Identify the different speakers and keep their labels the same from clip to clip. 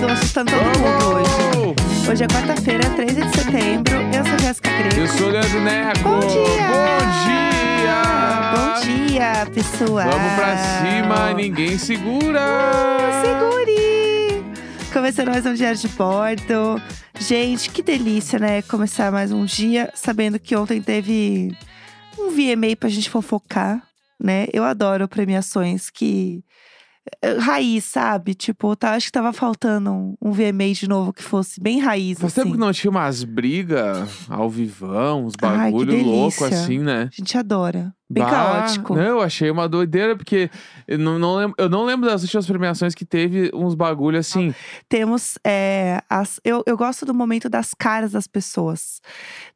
Speaker 1: conquistando todo mundo hoje. Hoje é quarta-feira, 13 de setembro. Eu sou Jéssica Greco.
Speaker 2: Eu sou o Leandro Neco.
Speaker 1: Bom dia!
Speaker 2: Bom
Speaker 1: Bom
Speaker 2: dia!
Speaker 1: dia, pessoal.
Speaker 2: Ah. Vamos pra cima, ninguém segura!
Speaker 1: Segure! Começando mais um Diário de Bordo. Gente, que delícia, né? Começar mais um dia sabendo que ontem teve um VMA pra gente fofocar, né? Eu adoro premiações que. eh, Raiz, sabe? Tipo, tá, acho que tava faltando um, um VMA de novo que fosse bem raiz.
Speaker 2: Faz
Speaker 1: assim.
Speaker 2: tempo que não tinha umas brigas ao vivão, uns
Speaker 1: Ai, que
Speaker 2: bagulho louco
Speaker 1: delícia.
Speaker 2: assim, né?
Speaker 1: A gente adora. Bem
Speaker 2: Bah, né?
Speaker 1: caótico.
Speaker 2: Não, eu achei uma doideira, porque eu não, não lembro, eu não lembro das últimas premiações que teve uns bagulho assim.
Speaker 1: Temos. é, as, eu, eu gosto do momento das caras das pessoas.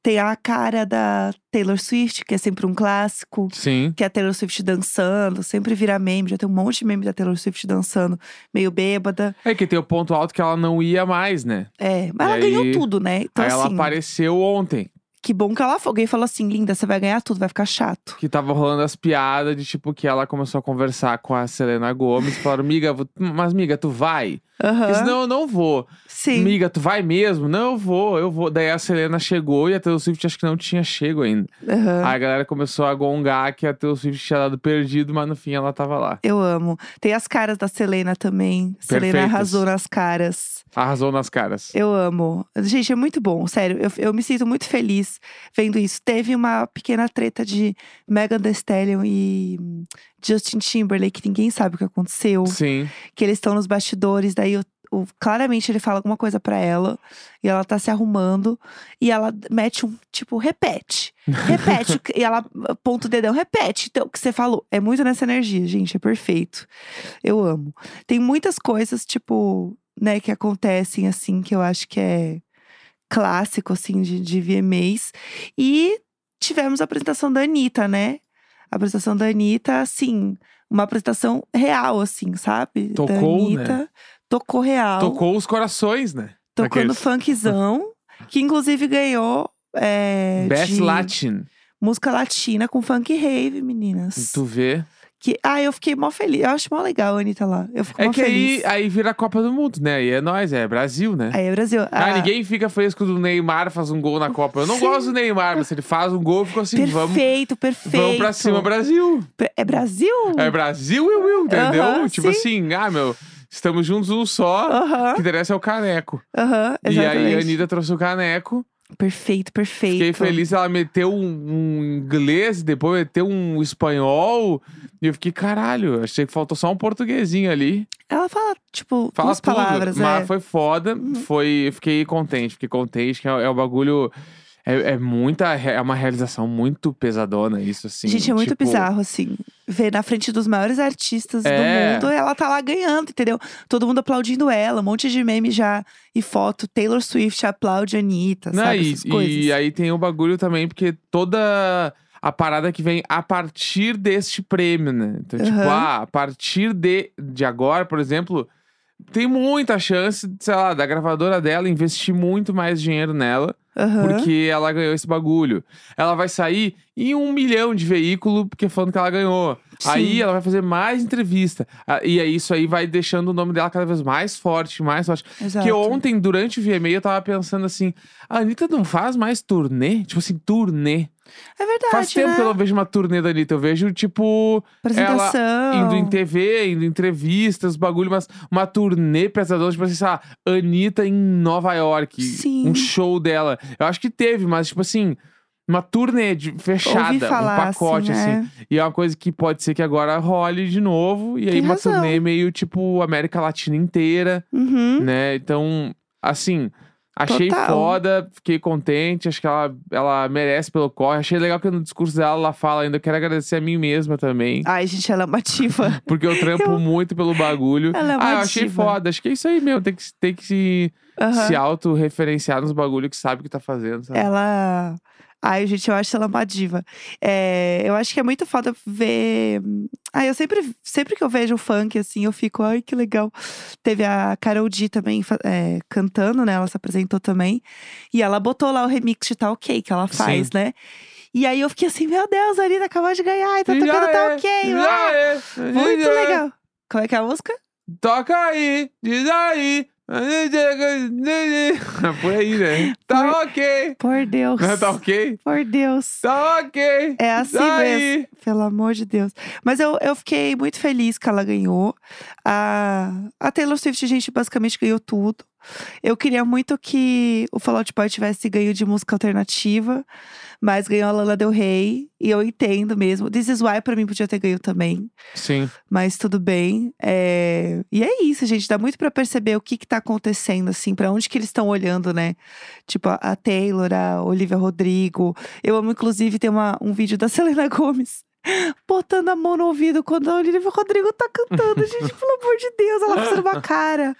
Speaker 1: Tem a cara da Taylor Swift, que é sempre um clássico.
Speaker 2: Sim.
Speaker 1: Que é a Taylor Swift dançando, sempre vira meme. Já tem um monte de meme da Taylor Swift dançando, meio bêbada.
Speaker 2: É que tem o ponto alto que ela não ia mais, né?
Speaker 1: É, mas
Speaker 2: E
Speaker 1: ela
Speaker 2: aí-
Speaker 1: ganhou tudo, né? Então,
Speaker 2: Aí ela
Speaker 1: assim,
Speaker 2: apareceu ontem,
Speaker 1: que bom que ela foi. Alguém falou assim: linda, você vai ganhar tudo, vai ficar chato.
Speaker 2: que tava rolando as piadas de tipo que ela começou a conversar com a Selena Gomes. Falaram, miga, vo- mas miga, tu vai?
Speaker 1: Aham.
Speaker 2: Porque senão eu não vou.
Speaker 1: Sim.
Speaker 2: Miga, tu vai mesmo? Não, eu vou, eu vou. Daí a Selena chegou e a Taylor Swift acho que não tinha chego ainda.
Speaker 1: Aham.
Speaker 2: Aí a galera começou a gongar que a Taylor Swift tinha dado perdido, mas no fim ela tava lá.
Speaker 1: Eu amo. Tem as caras da Selena também. Selena
Speaker 2: Perfeitas.
Speaker 1: arrasou nas caras.
Speaker 2: Arrasou nas caras.
Speaker 1: Eu amo. Gente, é muito bom, sério. Eu, eu me sinto muito feliz vendo isso. Teve uma pequena treta de Megan Thee Stallion e hum, Justin Timberlake, que ninguém sabe o que aconteceu.
Speaker 2: Sim.
Speaker 1: Que eles estão nos bastidores, daí o- o- claramente ele fala alguma coisa pra ela. E ela tá se arrumando. E ela mete um, tipo, repete. Repete. o que- e ela aponta o dedão, repete. Então, o que você falou. É muito nessa energia, gente. É perfeito. Eu amo. Tem muitas coisas, tipo, né, que acontecem, assim, que eu acho que é clássico, assim, de, de VMAs. E tivemos a apresentação da Anitta, né? A apresentação da Anitta, assim, uma apresentação real, assim, sabe? Da
Speaker 2: Tocou, né?
Speaker 1: Anitta. Tocou real.
Speaker 2: Tocou os corações, né?
Speaker 1: Tocou no
Speaker 2: Aqueles.
Speaker 1: funkzão, que inclusive ganhou é,
Speaker 2: Best
Speaker 1: de
Speaker 2: Latin.
Speaker 1: música latina com funk rave, meninas.
Speaker 2: Tu vê.
Speaker 1: Que, ah, eu fiquei mó feliz. Eu acho mó legal a Anitta lá. Eu fico
Speaker 2: É
Speaker 1: mó
Speaker 2: que aí,
Speaker 1: feliz.
Speaker 2: aí vira a Copa do Mundo, né? E é nós, é Brasil, né?
Speaker 1: Aí é Brasil.
Speaker 2: Ah,
Speaker 1: Ah,
Speaker 2: ninguém fica feliz quando o Neymar faz um gol na Copa. Eu não
Speaker 1: Sim.
Speaker 2: gosto do Neymar, mas se ele faz um gol, eu fico assim, vamos,
Speaker 1: Perfeito, perfeito.
Speaker 2: vamos pra cima, Brasil.
Speaker 1: Pe- É Brasil?
Speaker 2: É Brasil, eu, eu, entendeu?
Speaker 1: Aham,
Speaker 2: tipo
Speaker 1: sim.
Speaker 2: assim, ah, meu, estamos juntos um só, o
Speaker 1: Aham,
Speaker 2: que interessa é o caneco.
Speaker 1: aham, exatamente.
Speaker 2: E aí a Anitta trouxe o caneco,
Speaker 1: Perfeito, perfeito.
Speaker 2: fiquei feliz, ela meteu um, um inglês, depois meteu um espanhol, e eu fiquei, caralho, achei que faltou só um portuguesinho ali.
Speaker 1: Ela fala, tipo,
Speaker 2: Fala
Speaker 1: duas
Speaker 2: tudo,
Speaker 1: palavras,
Speaker 2: mas
Speaker 1: é.
Speaker 2: foi foda, foi, eu fiquei contente, fiquei contente, que é, é o bagulho, é, é muita, é uma realização muito pesadona isso, assim.
Speaker 1: Gente, é muito
Speaker 2: tipo,
Speaker 1: bizarro, assim. Ver na frente dos maiores artistas
Speaker 2: É.
Speaker 1: do mundo, ela tá lá ganhando, entendeu? Todo mundo aplaudindo ela, um monte de meme já e foto. Taylor Swift aplaude a Anitta,
Speaker 2: Né?
Speaker 1: sabe?
Speaker 2: E,
Speaker 1: Essas coisas.
Speaker 2: e aí tem o bagulho também, porque toda a parada que vem a partir deste prêmio, né? Então, tipo,
Speaker 1: Aham.
Speaker 2: ah, a partir de, de agora, por exemplo, tem muita chance, sei lá, da gravadora dela investir muito mais dinheiro nela,
Speaker 1: Aham.
Speaker 2: porque ela ganhou esse bagulho. Ela vai sair em um milhão de veículo, porque falando que ela ganhou.
Speaker 1: Sim.
Speaker 2: Aí ela vai fazer mais entrevista. Ah, E aí isso aí vai deixando o nome dela cada vez mais forte, mais forte.
Speaker 1: Exato.
Speaker 2: Porque ontem, durante o VMA, eu tava pensando assim: a Anitta não faz mais turnê? Tipo assim, turnê.
Speaker 1: É verdade,
Speaker 2: faz tempo
Speaker 1: né?
Speaker 2: que eu não vejo uma turnê da Anitta. Eu vejo, tipo,
Speaker 1: Apresentação.
Speaker 2: indo em TV, indo em entrevistas, bagulho, mas uma turnê pesadona, tipo assim, sei lá, Anitta em Nova York.
Speaker 1: Sim.
Speaker 2: Um show dela. Eu acho que teve, mas, tipo assim. Uma turnê de- fechada,
Speaker 1: Ouvi falar,
Speaker 2: um pacote, assim.
Speaker 1: né?
Speaker 2: E é uma coisa que pode ser que agora role de novo. E aí,
Speaker 1: Tem
Speaker 2: uma
Speaker 1: razão.
Speaker 2: turnê meio tipo América Latina inteira
Speaker 1: Uhum.
Speaker 2: né? Então, assim, achei
Speaker 1: Total.
Speaker 2: foda, fiquei contente, acho que ela, ela merece pelo corre. Achei legal que no discurso dela ela fala ainda, eu quero agradecer a mim mesma também.
Speaker 1: Ai, gente, ela é uma diva.
Speaker 2: Porque eu trampo
Speaker 1: Eu-
Speaker 2: muito pelo bagulho.
Speaker 1: Ela é uma
Speaker 2: ah, eu achei
Speaker 1: diva.
Speaker 2: foda. Acho que é isso aí mesmo. Tem que, tem que se,
Speaker 1: Aham. É,
Speaker 2: se autorreferenciar nos bagulhos que sabe o que tá fazendo. Sabe?
Speaker 1: Ela. Ai, gente, eu acho ela uma diva. É, eu acho que é muito foda ver. Ai, eu sempre, sempre que eu vejo o funk, assim, eu fico, ai, que legal. Teve a Carol D também fa- é, cantando, né? Ela se apresentou também. E ela botou lá o remix de Tá Ok que ela faz,
Speaker 2: Sim.
Speaker 1: né? E aí eu fiquei assim, meu Deus, a Arina acabou de ganhar e tá tocando Tá Ok. uau!
Speaker 2: Já é.
Speaker 1: Muito
Speaker 2: Já é.
Speaker 1: legal. Como é que é a música?
Speaker 2: Toca aí, diz aí. Por aí, né? Tá ok.
Speaker 1: Por Deus.
Speaker 2: Né? Tá ok?
Speaker 1: Por Deus.
Speaker 2: Tá ok. Tá
Speaker 1: É assim mesmo.
Speaker 2: Daí.
Speaker 1: Pelo amor de Deus. Mas eu, eu fiquei muito feliz que ela ganhou. A, a Taylor Swift, gente, basicamente ganhou tudo. Eu queria muito que o Fallout Boy tivesse ganho de música alternativa, mas ganhou a Lana Del Rey. E eu entendo mesmo. This Is Why, pra mim, podia ter ganho também.
Speaker 2: Sim.
Speaker 1: Mas tudo bem. É, E é isso, gente. Dá muito pra perceber o que que tá acontecendo, assim. pra onde que eles estão olhando, né? Tipo, a- a Taylor, a Olivia Rodrigo. Eu amo, inclusive, ter uma, um vídeo da Selena Gomes. Botando a mão no ouvido quando a Olivia Rodrigo tá cantando. Gente, pelo amor de Deus, ela fazendo uma cara.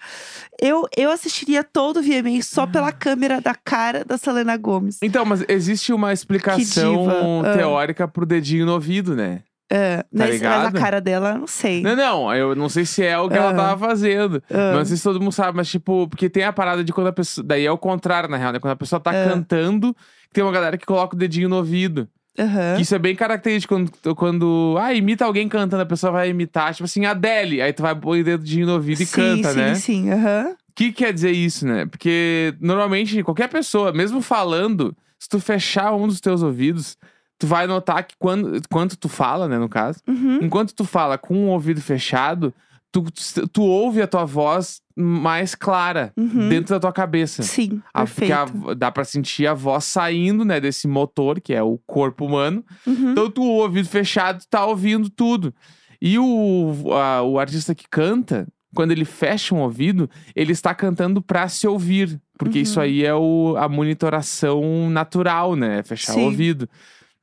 Speaker 1: Eu, eu assistiria todo o VMA só pela câmera da cara da Selena Gomes.
Speaker 2: Então, mas existe uma explicação
Speaker 1: diva. Ah.
Speaker 2: teórica pro dedinho no ouvido, né?
Speaker 1: É, mas, mas
Speaker 2: ligado? Né?
Speaker 1: a cara dela, eu não sei.
Speaker 2: Não, não, eu não sei se é o que ela
Speaker 1: Ah.
Speaker 2: tava fazendo.
Speaker 1: Ah.
Speaker 2: Não sei se todo mundo sabe, mas tipo, porque tem a parada de quando a pessoa. Daí é o contrário, na real, né? Quando a pessoa tá
Speaker 1: Ah.
Speaker 2: cantando, tem uma galera que coloca o dedinho no ouvido.
Speaker 1: Aham.
Speaker 2: Que isso é bem característico quando, quando. Ah, imita alguém cantando, a pessoa vai imitar, tipo assim, Adele. Aí tu vai pôr o dedinho no ouvido e
Speaker 1: sim,
Speaker 2: canta,
Speaker 1: sim,
Speaker 2: né?
Speaker 1: sim, aham.
Speaker 2: O que quer dizer isso, né? Porque normalmente qualquer pessoa, mesmo falando, se tu fechar um dos teus ouvidos, tu vai notar que quando, quando tu fala, né, no caso,
Speaker 1: Uhum.
Speaker 2: enquanto tu fala com o ouvido fechado, tu, tu ouve a tua voz mais clara
Speaker 1: Uhum.
Speaker 2: dentro da tua cabeça.
Speaker 1: Sim,
Speaker 2: A- Ah, porque
Speaker 1: perfeito.
Speaker 2: a- dá pra sentir a voz saindo, né, desse motor que é o corpo humano.
Speaker 1: Uhum.
Speaker 2: Então tu, o ouvido fechado, tá ouvindo tudo. E o, a- o artista que canta, quando ele fecha um ouvido, ele está cantando pra se ouvir. Porque
Speaker 1: Uhum.
Speaker 2: isso aí é o, a monitoração natural, né? É Fechar
Speaker 1: Sim.
Speaker 2: o ouvido.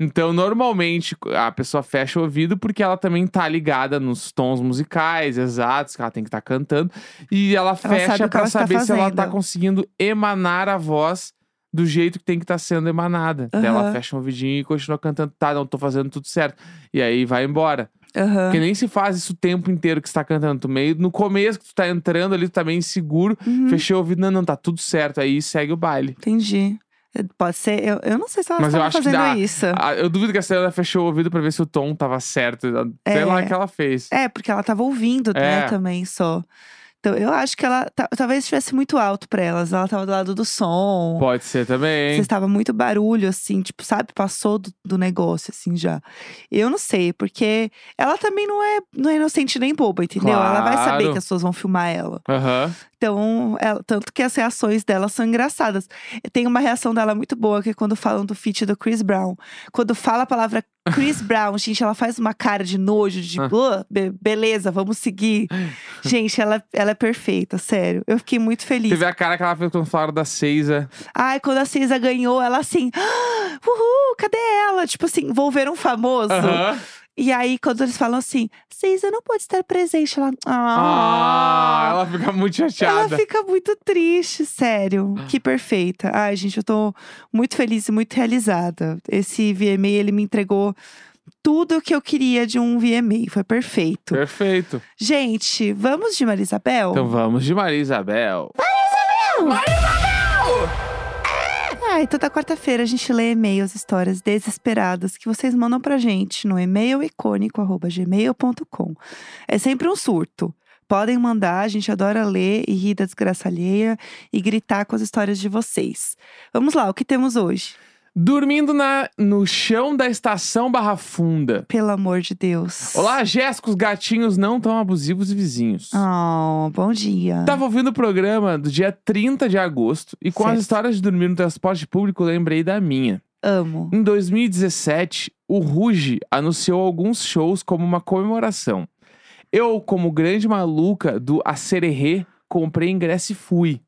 Speaker 2: Então, normalmente, a pessoa fecha o ouvido porque ela também tá ligada nos tons musicais exatos que ela tem que estar cantando. E ela,
Speaker 1: sabe
Speaker 2: fecha
Speaker 1: o que
Speaker 2: pra
Speaker 1: ela tá
Speaker 2: saber se ela tá
Speaker 1: fazendo.
Speaker 2: conseguindo emanar a voz do jeito que tem que estar sendo emanada. Daí
Speaker 1: Aham.
Speaker 2: ela fecha um vidinho e continua cantando, tá, não tô fazendo tudo certo. E aí vai embora.
Speaker 1: Aham.
Speaker 2: Porque nem se faz isso o tempo inteiro que você tá cantando. Tu meio, no começo que tu tá entrando ali, tu tá meio inseguro.
Speaker 1: Uhum.
Speaker 2: Fechei o ouvido, não, não, tá tudo certo. Aí segue o baile.
Speaker 1: Entendi. É, Pode ser. Eu, eu não sei se ela
Speaker 2: Mas eu
Speaker 1: estava
Speaker 2: acho que
Speaker 1: fazendo
Speaker 2: dá.
Speaker 1: isso.
Speaker 2: Ah, eu duvido que a Selena fechou o ouvido pra ver se o tom tava certo. Ah, Sei
Speaker 1: É.
Speaker 2: lá o que ela fez.
Speaker 1: É, porque ela tava ouvindo, né,
Speaker 2: É.
Speaker 1: também só. Então, eu acho que ela ta- talvez estivesse muito alto pra elas. Ela tava do lado do som.
Speaker 2: Pode ser também.
Speaker 1: Vocês estavam muito barulho, assim, tipo, sabe? Passou do, do negócio, assim, já. Eu não sei, porque ela também não é, não é inocente nem boba, entendeu? Ela vai saber
Speaker 2: Claro.
Speaker 1: que as pessoas vão filmar ela.
Speaker 2: Aham.
Speaker 1: Então, ela- tanto que as reações dela são engraçadas. Tem uma reação dela muito boa, que é quando falam do feat do Chris Brown. Quando fala a palavra Chris Brown, gente, ela faz uma cara de nojo, de
Speaker 2: Ah.
Speaker 1: "Ah, be- beleza, vamos seguir. gente, ela, ela é perfeita, sério. Eu fiquei muito feliz.
Speaker 2: Teve a cara que ela fez quando falaram da Seiza.
Speaker 1: Ai, quando a Cisa ganhou, ela assim, "Ah, uhul, cadê ela? Tipo assim, vou ver um famoso.
Speaker 2: Aham.
Speaker 1: E aí, quando eles falam assim, Cisa não pode estar presente, ela.
Speaker 2: Ah,
Speaker 1: Ah,
Speaker 2: ela fica muito
Speaker 1: ela
Speaker 2: chateada. Ah.
Speaker 1: fica muito triste, sério. Que perfeita. Ai, gente, eu tô muito feliz e muito realizada. Esse VMA, ele me entregou tudo que eu queria de um VMA. Foi perfeito.
Speaker 2: Perfeito.
Speaker 1: Gente, vamos de Maria Isabel?
Speaker 2: Então vamos de Maria Isabel.
Speaker 1: Ah, e toda quarta-feira a gente lê e-mails, histórias desesperadas que vocês mandam pra gente no e-mail icônico.gmail.com. É sempre um surto. Podem mandar, a gente adora ler e rir da desgraça alheia e gritar com as histórias de vocês. Vamos lá, o que temos hoje?
Speaker 2: Dormindo na, no chão da estação Barra Funda.
Speaker 1: Pelo amor de Deus.
Speaker 2: Olá, Jéssica, os gatinhos não tão abusivos e vizinhos.
Speaker 1: Oh, bom dia.
Speaker 2: Tava ouvindo o programa do dia 30 de agosto e com
Speaker 1: Certo.
Speaker 2: as histórias de dormir no transporte público lembrei da minha.
Speaker 1: Amo.
Speaker 2: Em 2017, o Ruge anunciou alguns shows como uma comemoração. Eu, como grande maluca do Acererê, comprei ingresso e fui.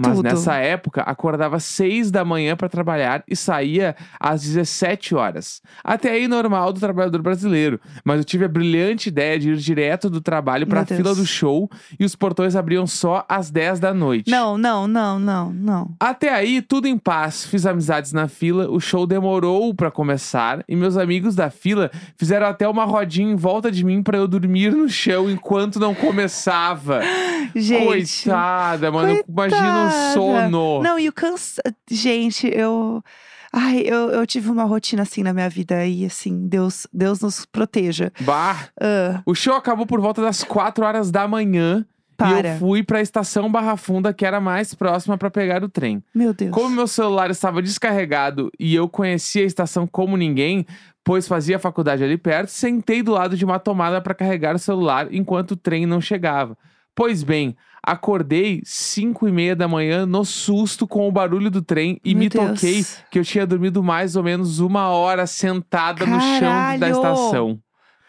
Speaker 2: Mas
Speaker 1: Tudo.
Speaker 2: nessa época, acordava às 6 da manhã para trabalhar e saía às 17 horas. Até aí normal do trabalhador brasileiro, mas eu tive a brilhante ideia de ir direto do trabalho para a
Speaker 1: Meu Deus.
Speaker 2: fila do show e os portões abriam só às 10 da noite.
Speaker 1: Não, não, não, não, não.
Speaker 2: Até aí, tudo em paz. Fiz amizades na fila, o show demorou pra começar e meus amigos da fila fizeram até uma rodinha em volta de mim pra eu dormir no chão enquanto não começava.
Speaker 1: Gente.
Speaker 2: coitada, mano. Imagina
Speaker 1: Coitada.
Speaker 2: um sono.
Speaker 1: Não, e o cansa... Gente, eu... Ai, eu, eu tive uma rotina assim na minha vida e assim, Deus, Deus nos proteja.
Speaker 2: Bah.
Speaker 1: Ah,
Speaker 2: O show acabou por volta das 4 horas da manhã E eu
Speaker 1: Para.
Speaker 2: fui pra estação Barra Funda, que era mais próxima pra pegar o trem.
Speaker 1: Meu Deus.
Speaker 2: Como meu celular estava descarregado e eu conhecia a estação como ninguém, pois fazia faculdade ali perto, sentei do lado de uma tomada para carregar o celular enquanto o trem não chegava. Pois bem, acordei 5 e meia da manhã no susto com o barulho do trem e
Speaker 1: Meu
Speaker 2: me
Speaker 1: Deus.
Speaker 2: toquei que eu tinha dormido mais ou menos uma hora sentada no chão da
Speaker 1: Caralho!
Speaker 2: estação.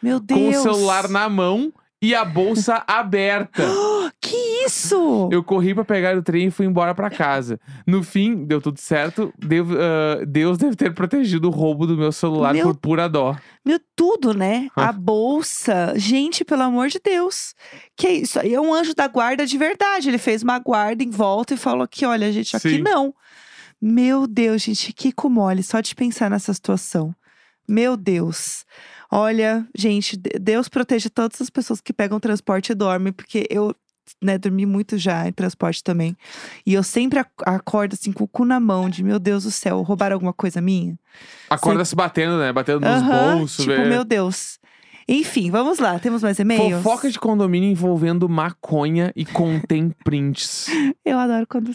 Speaker 1: Meu Deus.
Speaker 2: Com o celular na mão e a bolsa aberta.
Speaker 1: Que isso?
Speaker 2: Eu corri pra pegar o trem e fui embora pra casa. No fim, deu tudo certo. Devo- ah, Deus deve ter protegido o roubo do meu celular
Speaker 1: Meu-
Speaker 2: por pura dó.
Speaker 1: Meu, tudo, né? A bolsa. Gente, pelo amor de Deus. Que isso? Aí é um anjo da guarda de verdade. Ele fez uma guarda em volta e falou que, olha, gente, aqui
Speaker 2: Sim.
Speaker 1: não. Meu Deus, gente, que comole. Só de pensar nessa situação. Meu Deus. Olha, gente, de- Deus protege todas as pessoas que pegam transporte e dormem, porque eu, né, dormi muito já em transporte também. E eu sempre ac- acordo assim com o cu na mão de, meu Deus do céu, roubaram alguma coisa minha?
Speaker 2: Acorda se batendo, né? Batendo nos
Speaker 1: Aham,
Speaker 2: bolsos, é.
Speaker 1: Tipo,
Speaker 2: velho.
Speaker 1: meu Deus. Enfim, vamos lá. Temos mais e-mails?
Speaker 2: Fofoca de condomínio envolvendo maconha e contém prints,
Speaker 1: Eu adoro quando,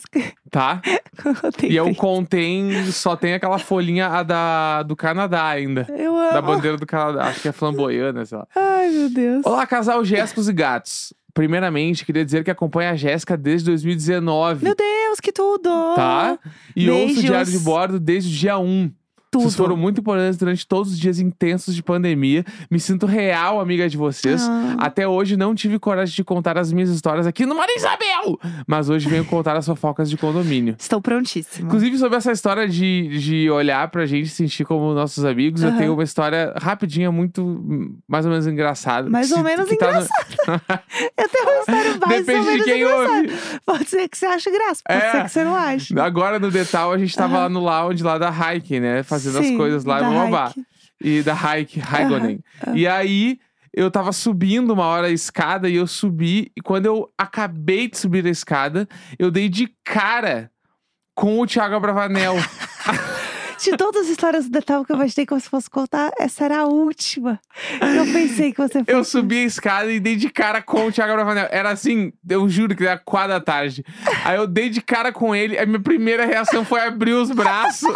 Speaker 2: tá?
Speaker 1: quando tem
Speaker 2: E é o
Speaker 1: fake.
Speaker 2: contém, só tem aquela folhinha a da, do Canadá ainda.
Speaker 1: Eu amo.
Speaker 2: Da bandeira do Canadá. Acho que é flamboyana, sei lá.
Speaker 1: Ai, meu Deus.
Speaker 2: Olá, casal Jéssicos e Gatos. Primeiramente, queria dizer que acompanho a Jéssica desde 2019.
Speaker 1: Meu Deus, que tudo!
Speaker 2: Tá? E ouço o
Speaker 1: Oh, Beijos.
Speaker 2: Diário de Bordo desde o dia 1.
Speaker 1: Tudo.
Speaker 2: Vocês foram muito importantes durante todos os dias intensos de pandemia. Me sinto real amiga de vocês.
Speaker 1: Ah,
Speaker 2: Até hoje não tive coragem de contar as minhas histórias aqui no Maria Isabel! Mas hoje venho contar as fofocas de condomínio.
Speaker 1: Estou prontíssima.
Speaker 2: Inclusive, sobre essa história de, de olhar pra gente e sentir como nossos amigos, eu
Speaker 1: Aham.
Speaker 2: tenho uma história rapidinha, muito hum, mais ou menos engraçada.
Speaker 1: Mais ou
Speaker 2: Se-
Speaker 1: menos
Speaker 2: que tá no-
Speaker 1: Eu tenho uma história mais
Speaker 2: Depende
Speaker 1: ou
Speaker 2: de
Speaker 1: menos
Speaker 2: quem
Speaker 1: engraçada.
Speaker 2: ouve.
Speaker 1: Pode ser que você ache graça, pode
Speaker 2: É.
Speaker 1: ser que você não ache.
Speaker 2: Agora no Detal, a gente tava lá no lounge lá da Hike, né? Fazendo as
Speaker 1: Sim,
Speaker 2: coisas lá,
Speaker 1: da
Speaker 2: blá, blá, blá.
Speaker 1: Hike.
Speaker 2: e da Hike, Haigonen. E aí eu tava subindo uma hora a escada e eu subi. E quando eu acabei de subir a escada, eu dei de cara com o Thiago Abravanel.
Speaker 1: De todas as histórias do detalhe que eu imaginei como se fosse contar, essa era a última. Eu pensei que você
Speaker 2: eu
Speaker 1: fosse.
Speaker 2: subi a escada e dei de cara com o Thiago Abravanel. Era assim, eu juro que era quatro da tarde. Aí eu dei de cara com ele, a minha primeira reação foi abrir os braços.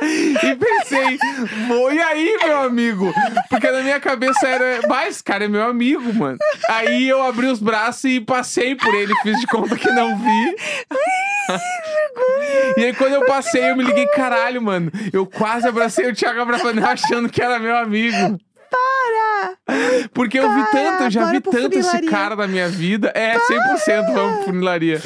Speaker 2: E pensei, vou e aí, meu amigo? Porque na minha cabeça era, mas esse cara é meu amigo, mano. Aí eu abri os braços e passei por ele, fiz de conta que não vi. E aí quando eu passei, eu me liguei, caralho, mano. Eu quase abracei o Thiago Abravanel achando que era meu amigo. Para! Porque eu vi
Speaker 1: Para,
Speaker 2: tanto, eu já
Speaker 1: bora
Speaker 2: vi
Speaker 1: pro
Speaker 2: tanto esse
Speaker 1: funilaria.
Speaker 2: cara na minha vida. É, 100% vamos pro funilaria.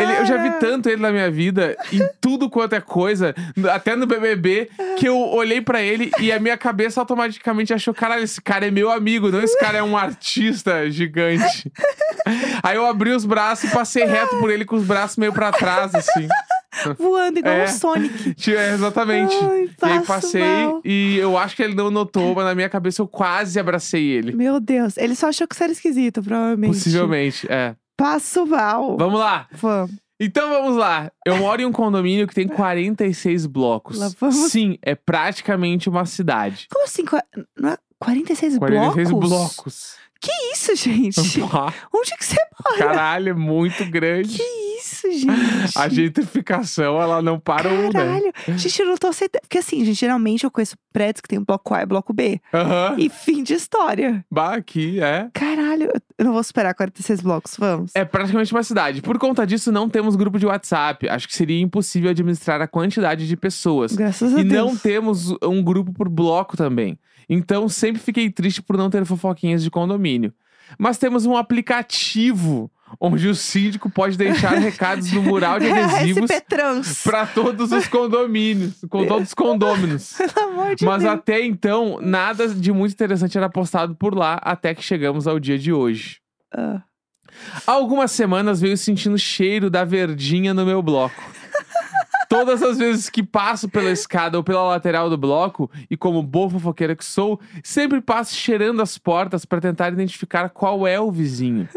Speaker 2: Ele- eu já vi
Speaker 1: Para.
Speaker 2: tanto ele na minha vida, em tudo quanto é coisa, n- até no BBB, que eu olhei pra ele e a minha cabeça automaticamente achou: caralho, esse cara é meu amigo, não esse cara é um artista gigante. Aí eu abri os braços e passei reto por ele com os braços meio pra trás, assim.
Speaker 1: voando igual
Speaker 2: É.
Speaker 1: um Sonic.
Speaker 2: Tinha- é, Exatamente.
Speaker 1: Ai,
Speaker 2: e aí
Speaker 1: Ah, passo
Speaker 2: passei
Speaker 1: mal.
Speaker 2: e eu acho que ele não notou, mas na minha cabeça eu quase abracei ele.
Speaker 1: Meu Deus, ele só achou que você era esquisito, provavelmente.
Speaker 2: Possivelmente, é.
Speaker 1: Passo mal.
Speaker 2: Vamos lá.
Speaker 1: Vamos.
Speaker 2: Então vamos lá. Eu moro em um condomínio que tem 46 blocos.
Speaker 1: Lá vamos.
Speaker 2: Sim, é praticamente uma cidade.
Speaker 1: Como assim? qua- não é- 46,
Speaker 2: 46
Speaker 1: blocos?
Speaker 2: blocos. Um
Speaker 1: Que isso, gente?
Speaker 2: Pá,
Speaker 1: Onde que você mora?
Speaker 2: Caralho, é muito grande.
Speaker 1: Que isso, gente?
Speaker 2: A gentrificação, ela não parou, né?
Speaker 1: Caralho. Gente, eu não tô aceitando. Porque assim, gente, geralmente eu conheço prédios que tem bloco A e bloco B.
Speaker 2: Aham.
Speaker 1: E fim de história.
Speaker 2: Bah, aqui, é.
Speaker 1: Caralho, eu não vou superar 46 blocos, vamos.
Speaker 2: É praticamente uma cidade. Por conta disso, não temos grupo de WhatsApp. Acho que seria impossível administrar a quantidade de pessoas.
Speaker 1: Graças a
Speaker 2: E
Speaker 1: Deus.
Speaker 2: não temos um grupo por bloco também. Então sempre fiquei triste por não ter fofoquinhas de condomínio. Mas temos um aplicativo onde o síndico pode deixar recados no mural de adesivos
Speaker 1: SP Trans.
Speaker 2: para todos os condomínios, com todos os condôminos.
Speaker 1: Pelo amor de
Speaker 2: Mas
Speaker 1: Deus.
Speaker 2: até então, nada de muito interessante era postado por lá até que chegamos ao dia de hoje.
Speaker 1: Ah.
Speaker 2: Há algumas semanas veio sentindo o cheiro da verdinha no meu bloco. Todas as vezes que passo pela escada ou pela lateral do bloco, e como boa fofoqueira que sou, sempre passo cheirando as portas para tentar identificar qual é o vizinho.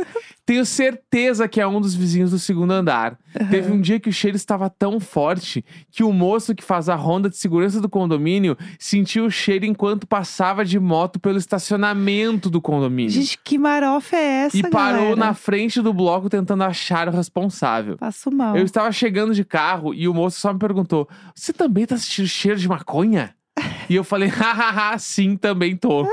Speaker 2: Tenho certeza que é um dos vizinhos do segundo andar. Teve um dia que o cheiro estava tão forte que o moço que faz a ronda de segurança do condomínio sentiu o cheiro enquanto passava de moto pelo estacionamento do condomínio.
Speaker 1: Gente, que marofa é essa,
Speaker 2: e parou
Speaker 1: galera?
Speaker 2: na frente do bloco tentando achar o responsável.
Speaker 1: Passo mal.
Speaker 2: Eu estava chegando de carro e o moço só me perguntou: Você também tá sentindo cheiro de maconha? E eu falei, hahaha, sim, também tô.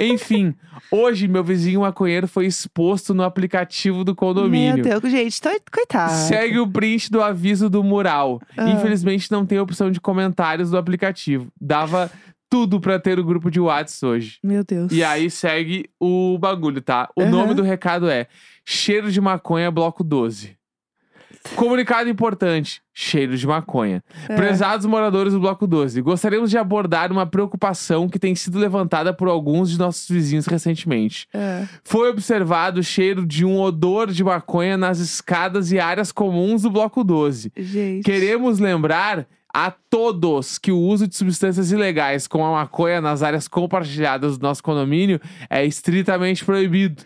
Speaker 2: Enfim, hoje meu vizinho maconheiro foi exposto no aplicativo do condomínio.
Speaker 1: Meu Deus, gente, tô... coitado.
Speaker 2: Segue o print do aviso do mural.
Speaker 1: Ah.
Speaker 2: Infelizmente não tem opção de comentários do aplicativo. Dava tudo pra ter o grupo de Whats hoje.
Speaker 1: Meu Deus.
Speaker 2: E aí segue o bagulho, tá? O
Speaker 1: Aham.
Speaker 2: nome do recado é Cheiro de Maconha, Bloco 12. Comunicado importante: cheiro de maconha.
Speaker 1: É.
Speaker 2: Prezados moradores do Bloco 12, gostaríamos de abordar uma preocupação que tem sido levantada por alguns de nossos vizinhos recentemente.
Speaker 1: É.
Speaker 2: Foi observado o cheiro de um odor de maconha nas escadas e áreas comuns do Bloco 12.
Speaker 1: Gente.
Speaker 2: Queremos lembrar a todos que o uso de substâncias ilegais como a maconha nas áreas compartilhadas do nosso condomínio é estritamente proibido.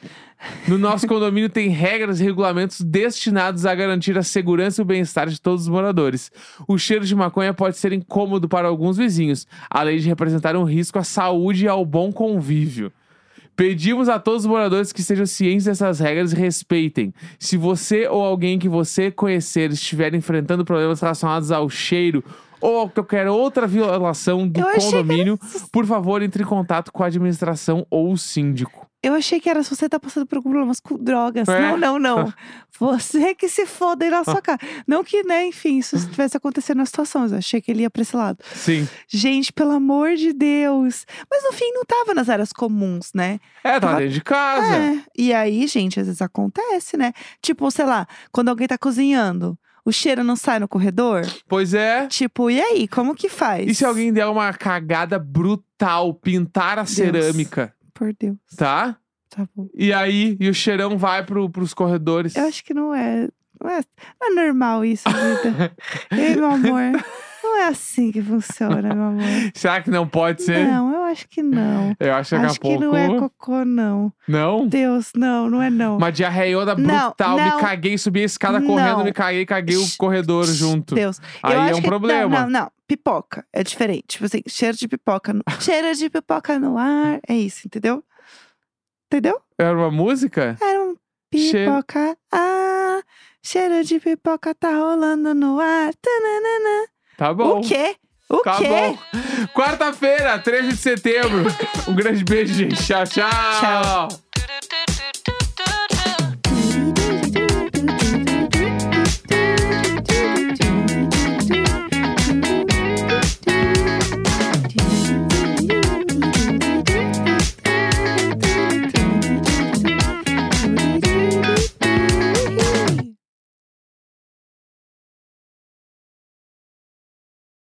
Speaker 2: No nosso condomínio tem regras e regulamentos destinados a garantir a segurança e o bem-estar de todos os moradores. O cheiro de maconha pode ser incômodo para alguns vizinhos, além de representar um risco à saúde e ao bom convívio. Pedimos a todos os moradores que sejam cientes dessas regras e respeitem. Se você ou alguém que você conhecer estiver enfrentando problemas relacionados ao cheiro ou a qualquer outra violação do
Speaker 1: Eu achei que era
Speaker 2: condomínio, por favor, entre em contato com a administração ou o síndico.
Speaker 1: Eu achei que era se você tá passando por problemas com drogas.
Speaker 2: É.
Speaker 1: Não, não, não. Você que se foda aí na sua cara. Não que, né, enfim, isso estivesse acontecendo na situação. mas Eu achei que ele ia pra esse lado.
Speaker 2: Sim.
Speaker 1: Gente, pelo amor de Deus. Mas no fim, não tava nas áreas comuns, né?
Speaker 2: É, tá
Speaker 1: Ela-
Speaker 2: dentro de casa.
Speaker 1: É. E aí, gente, às vezes acontece, né? Tipo, sei lá, quando alguém tá cozinhando, o cheiro não sai no corredor.
Speaker 2: Pois é.
Speaker 1: Tipo, e aí, como que faz?
Speaker 2: E se alguém der uma cagada brutal, pintar a cerâmica,
Speaker 1: Por Deus,
Speaker 2: tá?
Speaker 1: tá bom.
Speaker 2: E aí, e o cheirão vai pro, pros corredores.
Speaker 1: Eu acho que não é. Não é, não é normal isso, vida. Ei, meu amor. Não é assim que funciona, meu amor.
Speaker 2: Será que não pode ser?
Speaker 1: Não, eu acho que não.
Speaker 2: Eu acho que daqui
Speaker 1: acho
Speaker 2: a
Speaker 1: que
Speaker 2: pouco.
Speaker 1: não é cocô, não.
Speaker 2: Não?
Speaker 1: Deus, não, não é não.
Speaker 2: Uma diarreiona
Speaker 1: Não,
Speaker 2: brutal.
Speaker 1: não.
Speaker 2: Me caguei, subi a escada
Speaker 1: Não.
Speaker 2: correndo, me caguei, caguei o
Speaker 1: Shh,
Speaker 2: corredor junto.
Speaker 1: Deus.
Speaker 2: Aí
Speaker 1: eu
Speaker 2: é
Speaker 1: acho
Speaker 2: um
Speaker 1: que-
Speaker 2: problema.
Speaker 1: Não, não, não. Pipoca. É diferente. Tipo assim, cheiro de pipoca. No... cheiro de pipoca no ar. É isso, entendeu? Entendeu?
Speaker 2: Era É uma música?
Speaker 1: Era um
Speaker 2: Cheiro-
Speaker 1: pipoca. Ah, cheiro de pipoca tá rolando no ar. Tananana.
Speaker 2: Tá bom.
Speaker 1: O quê? O
Speaker 2: Tá
Speaker 1: quê?
Speaker 2: bom. Quarta-feira, 13 de setembro. Um grande beijo, gente. Tchau, tchau.
Speaker 1: Tchau.
Speaker 3: Do do do